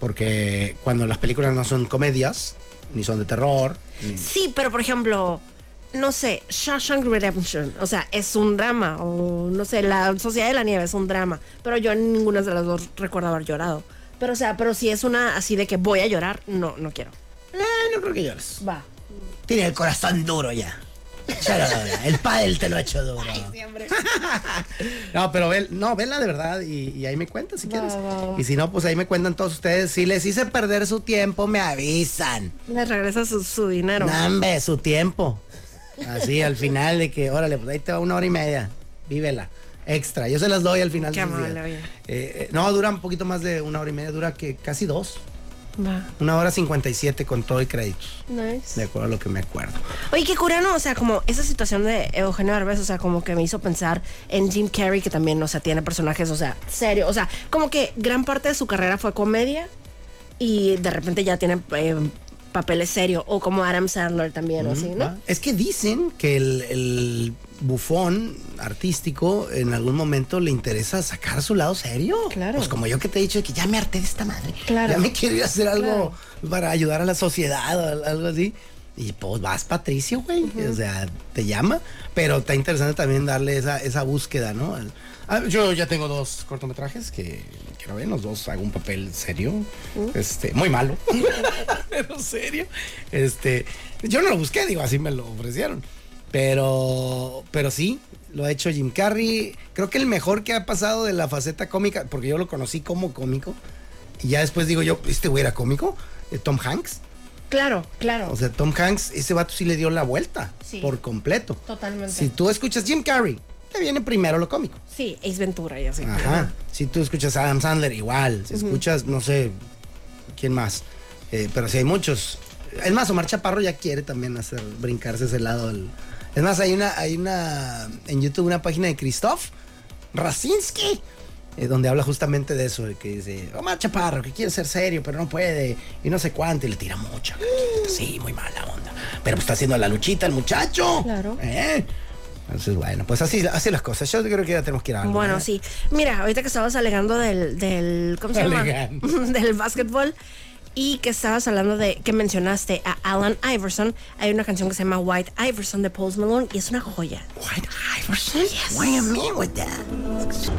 S3: Porque cuando las películas no son comedias, ni son de terror, ni-
S1: Sí, pero por ejemplo, no sé, Shawshank Redemption, o sea, es un drama, o no sé, La Sociedad de la Nieve es un drama, pero yo en ninguna de las dos recuerdo haber llorado. Pero o sea, pero si es una así de que voy a llorar, no, no quiero.
S3: Eh, no creo que llores.
S1: Va.
S3: Tiene el corazón duro ya. Ya lo logra. El pádel te lo ha hecho duro. No, pero ve, no, vela de verdad y, y ahí me cuentas si quieres. Y si no, pues ahí me cuentan todos ustedes. Si les hice perder su tiempo, me avisan.
S1: Le regresa su, su dinero.
S3: Nambe, su tiempo. Así, al final de que, órale, pues ahí te va una hora y media. Vívela. Extra. Yo se las doy al final.
S1: Qué
S3: de sus días.
S1: amable, oye.
S3: Eh, eh, no, dura un poquito más de una hora y media. Dura que casi dos.
S1: Va.
S3: Una hora cincuenta y siete con todo y créditos.
S1: Nice.
S3: De acuerdo a lo que me acuerdo.
S1: Oye, qué curano, o sea, como esa situación de Eugenio Derbez, o sea, como que me hizo pensar en Jim Carrey, que también, o sea, tiene personajes, o sea, serio, o sea, como que gran parte de su carrera fue comedia y de repente ya tiene eh, papeles serios, o como Adam Sandler también, o así,
S3: Ah,
S1: ¿no?
S3: Es que dicen que el, el bufón artístico en algún momento le interesa sacar su lado serio.
S1: Claro.
S3: Pues como yo que te he dicho que ya me harté de esta madre.
S1: Claro.
S3: Ya me quiero ir a hacer algo para ayudar a la sociedad o al- algo así. Y pues vas Patricio, güey. O sea, te llama. Pero está interesante también darle esa, esa búsqueda, ¿no? Al- ah, yo ya tengo dos cortometrajes que quiero ver. Los dos hago un papel serio. Este, muy malo. pero serio. Este, yo no lo busqué, digo, así me lo ofrecieron. Pero, pero sí, lo ha hecho Jim Carrey. Creo que el mejor que ha pasado de la faceta cómica, porque yo lo conocí como cómico. Y ya después digo yo, este güey era cómico, eh, Tom Hanks.
S1: Claro, claro.
S3: O sea, Tom Hanks, ese vato sí le dio la vuelta
S1: Sí.
S3: por completo.
S1: Totalmente.
S3: Si tú escuchas Jim Carrey, te viene primero lo cómico.
S1: sí, Ace Ventura y así.
S3: Ajá. Si tú escuchas a Adam Sandler, igual. Si escuchas, no sé, ¿quién más? Eh, pero si hay muchos. Es más, Omar Chaparro ya quiere también hacer brincarse ese lado. del- Es más, hay una, hay una en YouTube una página de Christoph Racinski. eh, donde habla justamente de eso, de que dice, Omar Chaparro, que quiere ser serio, pero no puede, y no sé cuánto, y le tira mucha. Sí, muy mala onda. Pero pues está haciendo la luchita el muchacho.
S1: Claro.
S3: ¿eh? Entonces, bueno, pues así, así las cosas. Yo creo que ya tenemos que ir a algo,
S1: Bueno,
S3: ¿eh?
S1: sí. Mira, ahorita que estabas alegando del, del ¿cómo se llama?
S3: Alegando.
S1: del básquetbol y que estabas hablando de que mencionaste a Alan Iverson, hay una canción que se llama White Iverson de Post Malone y es una joya.
S3: White Iverson? What do you mean with that?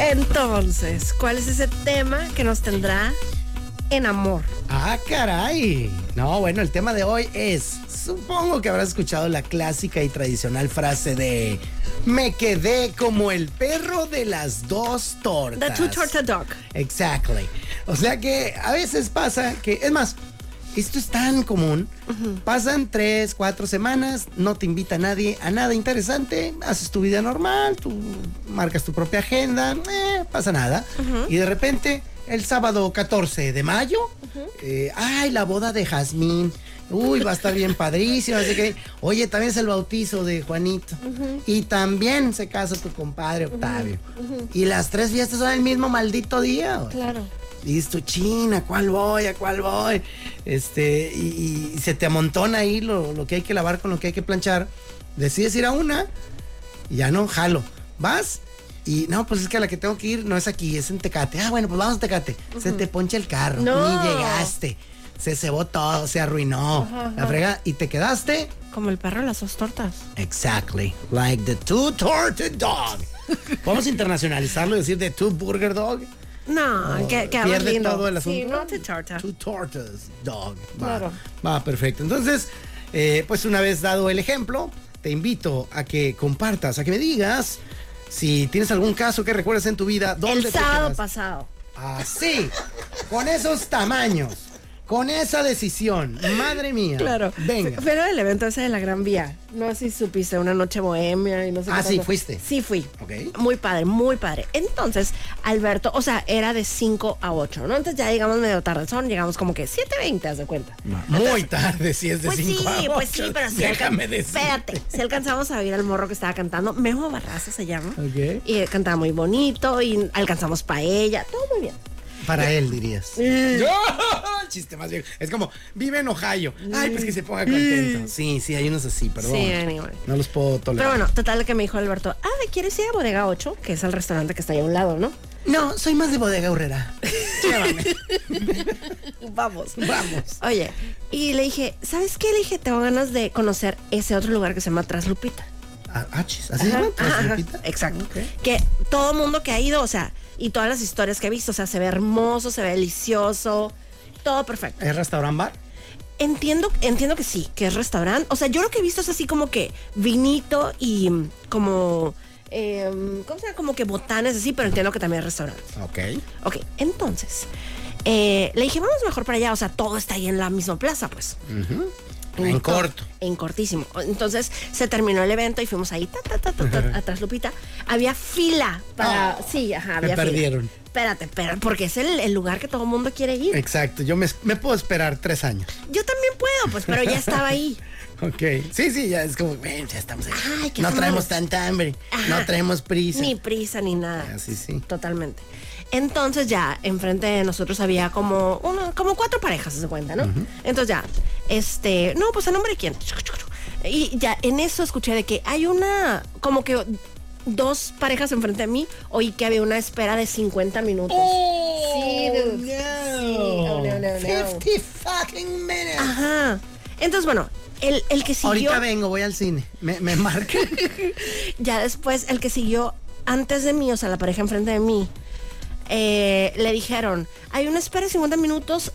S1: Entonces, ¿cuál es ese tema que nos tendrá en amor?
S3: Ah, caray. No, bueno, el tema de hoy es, supongo que habrás escuchado la clásica y tradicional frase de, me quedé como el perro de las dos tortas.
S1: The Two Torta Dog.
S3: Exactly. O sea que a veces pasa que, es más, esto es tan común. Pasan tres, cuatro semanas, no te invita nadie a nada interesante, haces tu vida normal, tú marcas tu propia agenda, eh, pasa nada. Y de repente, el sábado 14 de mayo, eh, ay, la boda de Jazmín. Uy, va a estar bien padrísimo. Así que, oye, también es el bautizo de Juanito. Y también se casa tu compadre Octavio. Y las tres fiestas son el mismo maldito día. güey.
S1: Claro.
S3: Listo, China, ¿cuál voy? ¿A cuál voy? Este, y, y se te amontona ahí lo, lo que hay que lavar con lo que hay que planchar. Decides ir a una y ya no, jalo. Vas y no, pues es que a la que tengo que ir no es aquí, es en Tecate. Ah, bueno, pues vamos a Tecate. Se te poncha el carro,
S1: No.
S3: ni llegaste. Se cebó todo, se arruinó. La frega, y te quedaste.
S1: Como el perro de las dos tortas.
S3: Exactly, like the two torted dog. Vamos a internacionalizarlo y decir the two burger dog.
S1: No, que, que
S3: pierde
S1: lindo.
S3: todo el
S1: Sí,
S3: asunto.
S1: no te torta.
S3: Two tortas, dog. Va,
S1: Claro.
S3: va, perfecto. Entonces, eh, pues una vez dado el ejemplo, te invito a que compartas, a que me digas si tienes algún caso que recuerdes en tu vida. ¿dónde
S1: El
S3: te
S1: sábado
S3: quedaste?
S1: pasado.
S3: Así, con esos tamaños, con esa decisión. Madre mía.
S1: Claro.
S3: Venga.
S1: Pero el evento ese de la Gran Vía. No sé si supiste, una noche bohemia y no sé
S3: Ah,
S1: qué
S3: sí,
S1: tanto.
S3: fuiste.
S1: Sí, fui.
S3: Ok.
S1: Muy padre, muy padre. Entonces, Alberto, o sea, era de 5 a 8, ¿no? Entonces ya llegamos medio tarde, son, llegamos como que 7.20, haz de cuenta.
S3: Muy tarde, si es de
S1: Pues sí,
S3: cinco a
S1: pues sí,
S3: ocho.
S1: pero si
S3: Déjame
S1: alcan-
S3: decir.
S1: Espérate, si alcanzamos a oír al morro que estaba cantando, Memo Barraza se llama.
S3: Ok.
S1: Y eh, cantaba muy bonito y alcanzamos paella, todo muy bien.
S3: Para él, dirías.
S1: Mm.
S3: Chiste más viejo. Es como, vive en Ohio. Ay, pues que se ponga contento. Sí, sí, hay unos así, perdón.
S1: Mm. Sí, anyway.
S3: No los puedo
S1: Pero
S3: tolerar.
S1: bueno, total que me dijo Alberto, ah, ¿quieres ir a Bodega 8? Que es el restaurante que está ahí a un lado, ¿no?
S3: No, soy más de bodega horrera.
S1: Vamos.
S3: Vamos.
S1: Oye, y le dije, ¿sabes qué? Le dije, tengo ganas de conocer ese otro lugar que se llama Traslupita.
S3: Ah, ah, chis, ¿Así se llama?
S1: Ajá, ajá, Eh.
S3: ¿Traslupita?
S1: Exacto.
S3: Ok.
S1: Que todo mundo que ha ido, o sea, y todas las historias que he visto, o sea, se ve hermoso, se ve delicioso, todo perfecto.
S3: ¿Es restaurant bar?
S1: Entiendo, entiendo que sí, que es restaurante. O sea, yo lo que he visto es así como que vinito y mm, como, em, ¿cómo se llama? Como que botanes así, pero entiendo que también es restaurante.
S3: Ok.
S1: Ok, entonces, eh, le dije, vamos mejor para allá, o sea, todo está ahí en la misma plaza, pues.
S3: En
S1: Ento-
S3: corto.
S1: En cortísimo. Entonces se terminó el evento y fuimos ahí, ta, ta, ta, ta, ta, atrás Lupita. Había fila para. sí, ajá,
S3: me
S1: había fila.
S3: Ah, perdieron.
S1: Espérate, pero porque es el, el lugar que todo el mundo quiere ir.
S3: Exacto. Yo me, me puedo esperar tres años.
S1: Yo también puedo, pues, pero ya estaba ahí.
S3: Ok. Sí, sí, ya es como, bueno, ya estamos ahí.
S1: Ay, qué
S3: no
S1: amor.
S3: traemos tanta hambre.
S1: Ajá.
S3: No traemos prisa.
S1: Ni prisa ni nada.
S3: Ah, sí, sí.
S1: Totalmente. Entonces ya, enfrente de nosotros había como uno, como cuatro parejas, se cuenta, ¿no? Entonces ya, este, no, pues a nombre de quién. Y ya en eso escuché de que hay una, como que dos parejas enfrente de mí, oí que había una espera de 50 minutos.
S3: Oh.
S1: sí, dude. Sí, oh, no, no, no.
S3: 50 fucking minutes.
S1: Ajá. Entonces, bueno, el, el que siguió...
S3: Ahorita vengo, voy al cine. Me, me marca.
S1: Ya después, el que siguió antes de mí, o sea, la pareja enfrente de mí, eh, le dijeron, hay una espera de 50 minutos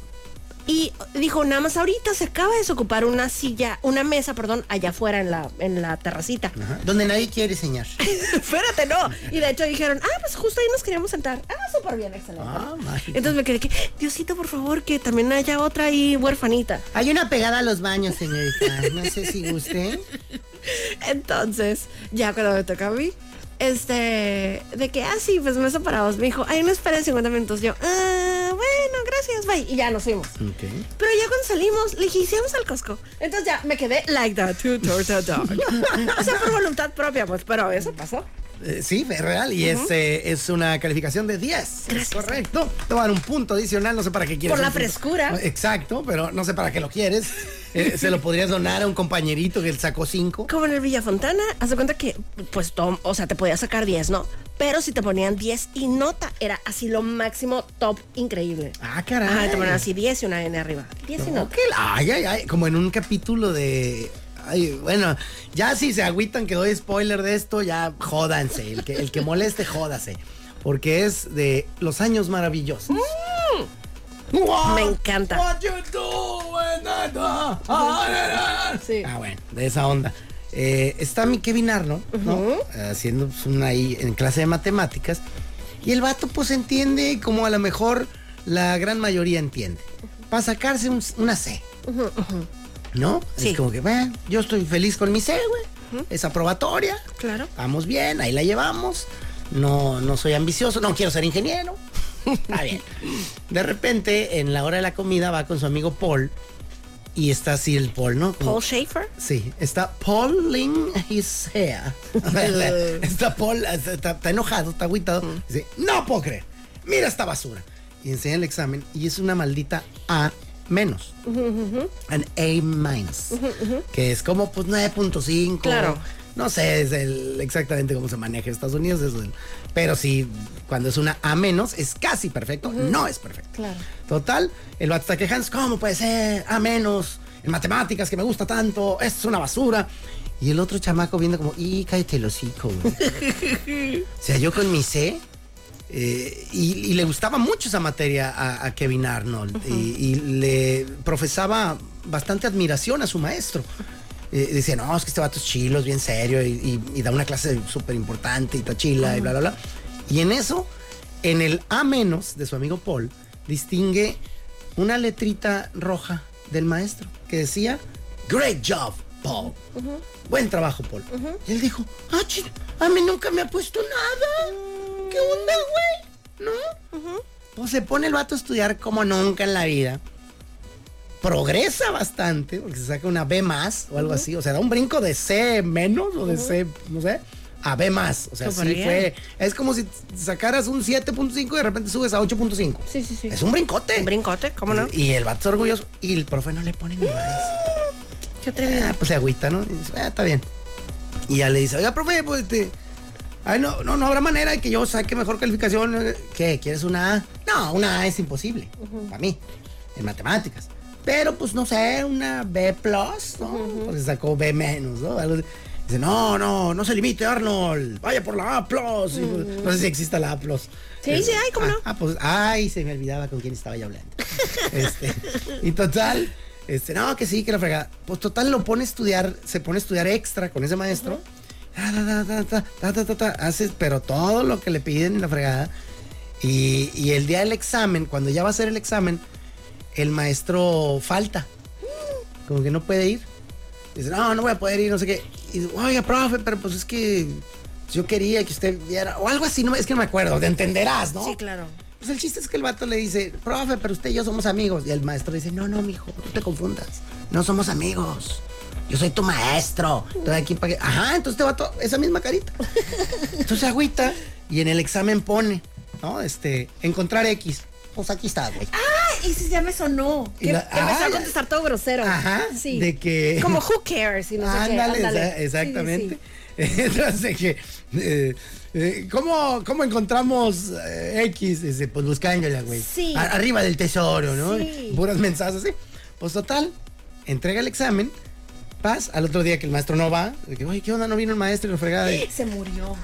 S1: y dijo, nada más ahorita se acaba de desocupar una silla, una mesa, perdón, allá afuera en la, en la terracita.
S3: Donde nadie quiere señor.
S1: Espérate, no. Y de hecho dijeron, ah, pues justo ahí nos queríamos sentar. Ah, súper bien, excelente.
S3: Ah, mágico.
S1: Entonces me quedé que, Diosito, por favor, que también haya otra ahí huerfanita.
S3: Hay una pegada a los baños, señorita. No sé si guste.
S1: Entonces, ya cuando me toca a mí, este, de que, ah, sí, pues me separados. Me dijo, ay, no espera de 50 minutos. Yo, ah, bueno, gracias, bye. Y ya nos fuimos.
S3: Ok.
S1: Pero ya cuando salimos, le dije, "Sí, vamos al Costco. Entonces ya me quedé like that, two torta dog. o sea, por voluntad propia, pues, pero eso pasó.
S3: Eh, sí, es real. Y es, eh, es una calificación de 10.
S1: Gracias.
S3: Correcto. Te voy a dar un punto adicional. No sé para qué quieres.
S1: Por la
S3: un punto.
S1: frescura.
S3: Exacto, pero no sé para qué lo quieres. Eh, se lo podrías donar a un compañerito que él sacó 5.
S1: Como en el Villa Fontana, haz de cuenta que, pues, todo, o sea, te podía sacar 10, ¿no? pero si te ponían 10 y nota, era así lo máximo top increíble.
S3: Ah, caray.
S1: Ajá, te ponían así 10 y una N arriba. 10 y
S3: No,
S1: nota.
S3: que la- Ay, ay, ay, como en un capítulo de. Ay, bueno, ya si se agüitan que doy spoiler de esto, ya jódanse. El que, el que moleste, jódase. Porque es de los años maravillosos. What-
S1: Me encanta.
S3: what you doing? Ah, ah, ah.
S1: Sí.
S3: Ah, bueno, de esa onda. Eh, está mi Kevin Arno, ¿no? Haciendo pues, una ahí en clase de matemáticas. Y el vato, pues, entiende como a lo mejor la gran mayoría entiende. Para sacarse un- una C. ¿No?
S1: Sí.
S3: Es como que, "Bueno, yo estoy feliz con mi C, güey. Es aprobatoria.
S1: Claro.
S3: Vamos bien, ahí la llevamos. No, no soy ambicioso, no quiero ser ingeniero. Está bien. De repente, en la hora de la comida, va con su amigo Paul. Y está así el Paul, ¿no? Como-
S1: Paul Schaefer.
S3: Sí, está pulling his hair. está Paul, está, está enojado, está agüitado. Dice, no puedo creer, mira esta basura. Y enseña el examen y es una maldita A menos. An A minus. Que es como pues 9.5.
S1: Claro.
S3: No sé es el- exactamente cómo se maneja en Estados Unidos. es el- pero sí, cuando es una A menos, es casi perfecto, no es perfecto.
S1: Claro.
S3: Total, el vato está quejándose, ¿cómo puede ser? A menos, en matemáticas que me gusta tanto, esto es una basura. Y el otro chamaco viendo como, y cállate el hocico, güey". O sea, yo con mi C, eh, y, y le gustaba mucho esa materia a, a Kevin Arnold, y, y le profesaba bastante admiración a su maestro. Eh, decía, no, es que este vato es chilo, es bien serio, y, y- y da una clase súper importante, y está chila, y bla, bla, bla. Y en eso, en el A menos de su amigo Paul, distingue una letrita roja del maestro que decía, Great job, Paul. Buen trabajo, Paul. Y él dijo, ah, ching, a mí nunca me ha puesto nada. ¿Qué onda, güey? ¿No? Pues se pone el vato a estudiar como nunca en la vida. Progresa bastante, porque se saca una B más o algo así. O sea, da un brinco de C menos o de C, no sé, a B más. O sea,
S1: Súper
S3: sí
S1: bien.
S3: fue. Es como si sacaras un 7.5 y de repente subes a 8.5.
S1: Sí, sí, sí.
S3: Es un brincote.
S1: Un brincote, ¿cómo no?
S3: Y el vato es orgulloso. Y el profe no le pone ni más.
S1: Qué atrevido.
S3: Ah, pues se agüita, ¿no? Y dice, "Ah, está bien. Y ya le dice, oiga, profe, pues este. Ay, no, no, no habrá manera de que yo saque mejor calificación. eh, ¿Qué? ¿Quieres una A? No, una A es imposible. Para mí. En matemáticas. Pero, pues, no sé, una B plus, ¿no? Porque sacó B menos, ¿no? Algo así. Dice, no, no, no se limite, Arnold. Vaya por la A plus. Y, pues, No sé si exista la A plus.
S1: Sí, sí, ay, cómo
S3: Ah,
S1: no.
S3: Ah, pues, ay, se me olvidaba con quién estaba yo hablando. Este, y total, este, no, que sí, que la fregada. Pues total lo pone a estudiar, se pone a estudiar extra con ese maestro. Ta, ta, ta, ta, ta, ta, ta, ta, hace, pero todo lo que le piden en la fregada. Y, y el día del examen, cuando ya va a hacer el examen, el maestro falta. Como que no puede ir. Dice, no, no voy a poder ir, no sé qué. Y dice, oiga, profe, pero pues es que yo quería que usted viera. O algo así, no, me- es que no me acuerdo, te entenderás, ¿no?
S1: Sí, claro.
S3: Pues el chiste es que el vato le dice, profe, pero usted y yo somos amigos. Y el maestro dice, no, no, mijo, no te confundas. No somos amigos. Yo soy tu maestro. Estoy aquí para que. Ajá, entonces te vato, esa misma carita. Entonces agüita y en el examen pone, ¿no? Este, encontrar X. Pues aquí está, güey.
S1: Ah, y si ya me sonó.
S3: Y
S1: Que,
S3: la-
S1: que empezó a
S3: ah,
S1: contestar todo grosero.
S3: Ajá,
S1: Sí.
S3: de que-
S1: Como who cares y no sé qué,
S3: ándale,
S1: ándale.
S3: exa-
S1: Sí, sí,
S3: exactamente.
S1: sí.
S3: Entonces, que, eh, eh, ¿cómo, cómo encontramos eh, X? Dice, pues buscándola, güey.
S1: Sí.
S3: A- arriba del tesoro, ¿no?
S1: Sí.
S3: Puras mensajes así. Pues total, entrega el examen, vas al otro día que el maestro no va. de que, Oye, ¿qué onda? No vino el maestro y lo fregada. y-
S1: Se murió.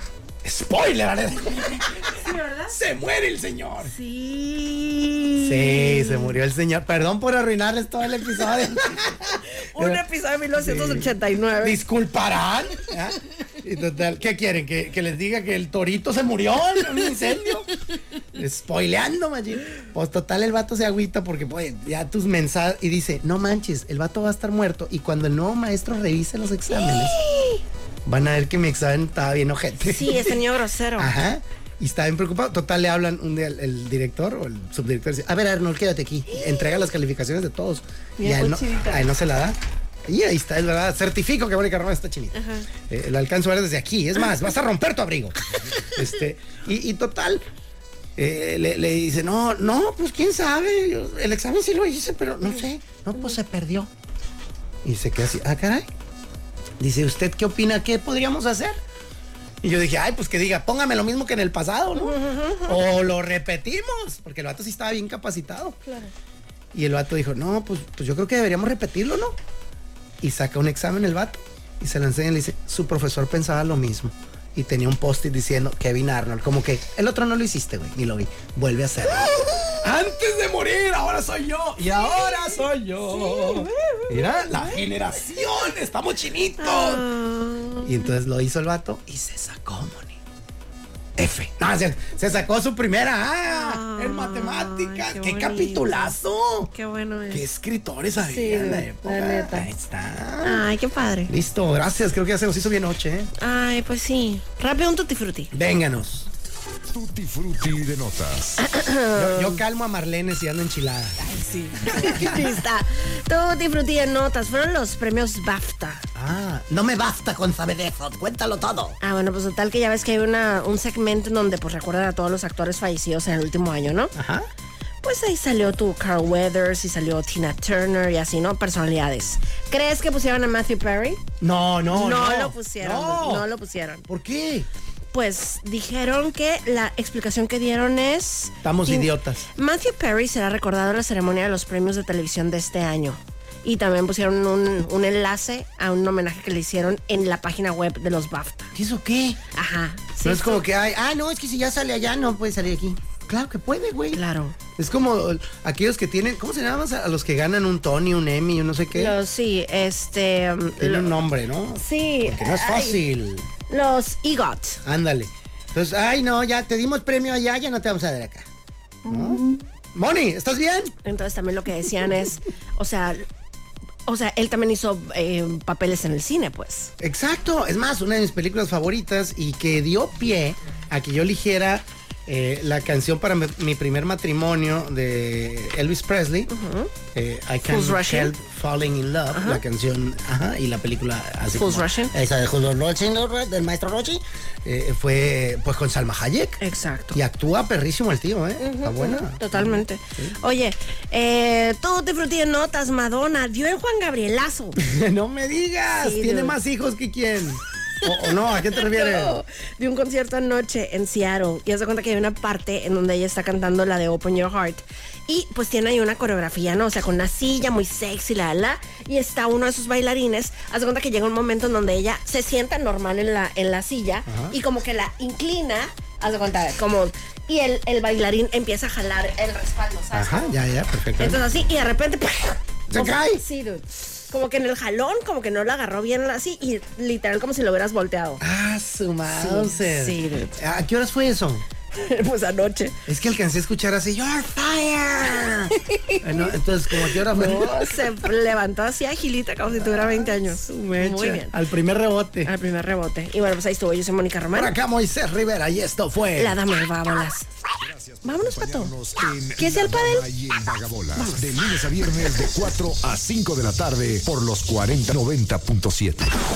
S3: ¡Spoiler! alert!
S1: Sí, ¿verdad?
S3: ¡Se muere el señor!
S1: Sí.
S3: Sí, se murió el señor. Perdón por arruinarles todo el episodio.
S1: Un episodio de 1989.
S3: ¿Disculparán? ¿Ah? Y total, ¿qué quieren? ¿Que, que les diga que el torito se murió en un incendio? Spoileando, machín. Pues total, el vato se agüita porque pues, ya tus mensajes. Y dice: No manches, el vato va a estar muerto. Y cuando el nuevo maestro revise los exámenes, van a ver que mi examen estaba bien ojete.
S1: Sí, ese niño grosero.
S3: Ajá. Y está bien preocupado. Total, le hablan un día el, el director o el subdirector. Dice, a ver, Arnold, quédate aquí. Entrega las calificaciones de todos. Y
S1: Mira,
S3: a él, no,
S1: cochita.
S3: a él no se la da. Y ahí está, es verdad. Certifico que Mónica Román está chinita. Eh, la alcanzo a ver desde aquí. Es más, vas a romper tu abrigo. este, y, y total, eh, le, le dice, no, no, pues quién sabe. Yo- El examen sí lo hice, pero no sé. No, pues se perdió. Y se queda así, ah, caray. Dice, ¿usted qué opina? ¿Qué podríamos hacer? Y yo dije, ay, pues que diga, póngame lo mismo que en el pasado, ¿no? O lo repetimos, porque el vato sí estaba bien capacitado. Y el vato dijo, no, pues, pues yo creo que deberíamos repetirlo, ¿no? Y saca un examen el vato y se lo enseña y le dice, su profesor pensaba lo mismo. Y tenía un post-it diciendo, Kevin Arnold, como que el otro no lo hiciste, güey, ni lo vi. Vuelve a hacerlo. Antes de morir, ahora soy yo. Y ahora soy yo. Mira, la generación, estamos chinitos.
S1: Ah.
S3: Y entonces lo hizo el vato y se sacó, Moni. F. No, se, se sacó su primera A en matemáticas.
S1: Ah, qué
S3: ¡Qué,
S1: bonito.
S3: capitulazo!
S1: Qué bueno es.
S3: ¡Qué escritores había
S1: Sí,
S3: en la
S1: la
S3: época!
S1: neta.
S3: Ahí está.
S1: Ay, qué padre.
S3: Listo, gracias. Creo que ya se nos hizo bien noche, ¿eh?
S1: Ay, pues sí. Rápido un tutti frutti.
S3: Vénganos.
S5: Tutti frutti de notas.
S1: Ah,
S3: Yo, yo calmo a Marlene si ando enchilada.
S1: Sí. Lista. Tutti frutti de notas. Fueron los premios BAFTA.
S3: Ah, no me basta con saber eso. Cuéntalo todo.
S1: Ah, bueno, pues total que ya ves que hay una, un segmento en donde pues recuerdan a todos los actores fallecidos en el último año, ¿no?
S3: Ajá.
S1: Pues ahí salió tu Carl Weathers y salió Tina Turner y así, ¿no? Personalidades. ¿Crees que pusieron a Matthew Perry?
S3: No, no, Oh, no.
S1: lo pusieron.
S3: No.
S1: No lo pusieron.
S3: ¿Por qué?
S1: Pues dijeron que la explicación que dieron es...
S3: Estamos idiotas.
S1: Matthew Perry será recordado en la ceremonia de los premios de televisión de este año. Y también pusieron un, un enlace a un homenaje que le hicieron en la página web de los BAFTA.
S3: ¿Qué hizo qué?
S1: Ajá. sí,
S3: no es como que, ay, ah, no, es que si ya sale allá, no puede salir aquí. Claro que puede, güey.
S1: Claro.
S3: Es como eh, aquellos que tienen, ¿cómo se llama? A los que ganan un Tony, un Emmy, un no sé qué.
S1: Los, sí, este... um,
S3: Tiene
S1: lo-
S3: un nombre, ¿no?
S1: sí.
S3: Que no es
S1: ay,
S3: fácil.
S1: los EGOT.
S3: Ándale. Entonces, ay, no, ya te dimos premio allá, ya no te vamos a dar acá. ¿No? Moni, ¿estás bien?
S1: Entonces también lo que decían es, o sea, o sea, él también hizo eh, papeles en el cine, pues.
S3: Exacto, es más, una de mis películas favoritas y que dio pie a que yo eligiera eh, la canción para mi, mi primer matrimonio de Elvis Presley, eh, I Can't
S1: Who's Russian?
S3: Help Falling in Love, la canción ajá, y la película así
S1: Who's
S3: como-
S1: Russian?
S3: Esa de Who's Russian, ¿no? del maestro Rochi, eh, fue pues con Salma Hayek.
S1: Exacto.
S3: Y actúa perrísimo el tío, ¿eh? Está buena.
S1: Totalmente. Oye, eh, todo te frutí de notas, Madonna, dio en Juan Gabrielazo.
S3: no me digas,
S1: Sí,
S3: tiene
S1: dude.
S3: más hijos que quién. O, o no, ¿a qué te refieres?
S1: No, de un concierto anoche en Seattle. Y hace cuenta que hay una parte en donde ella está cantando la de Open Your Heart. Y pues tiene ahí una coreografía, ¿no? O sea, con una silla muy sexy, la, la. Y está uno de sus bailarines. Hace cuenta que llega un momento en donde ella se sienta normal en la, en la silla y como que la inclina. Haz de cuenta, como. Y el, el bailarín empieza a jalar el respaldo, ¿sabes?
S3: Ajá, ya, ya, perfecto.
S1: Entonces así, y de repente. pues,
S3: ¿Se
S1: como-
S3: cae?
S1: Sí, dude. Como que en el jalón, como que no la agarró bien así, y literal como si lo hubieras volteado.
S3: Ah, su Mauser.
S1: sí,
S3: ¿A qué horas fue eso?
S1: pues anoche.
S3: Es que alcancé a escuchar así, You're fire. Ah, no, entonces, ¿como a qué hora fue?
S1: No, se levantó así agilita como si tuviera 20 años. Muy bien. Ah.
S3: Al primer rebote.
S1: Al primer rebote. Y bueno, pues ahí estuvo. Yo soy Mónica
S3: Por
S1: Román.
S3: acá Moisés Rivera y esto fue.
S1: La dama de Bábolas. Vámonos, Pato.
S5: Acompañarnos en
S1: ¿Qué es el
S5: La
S1: padel?
S5: Dama y el Vagabolas. De lunes a viernes de 4 a 5 de la tarde por los 4090.7.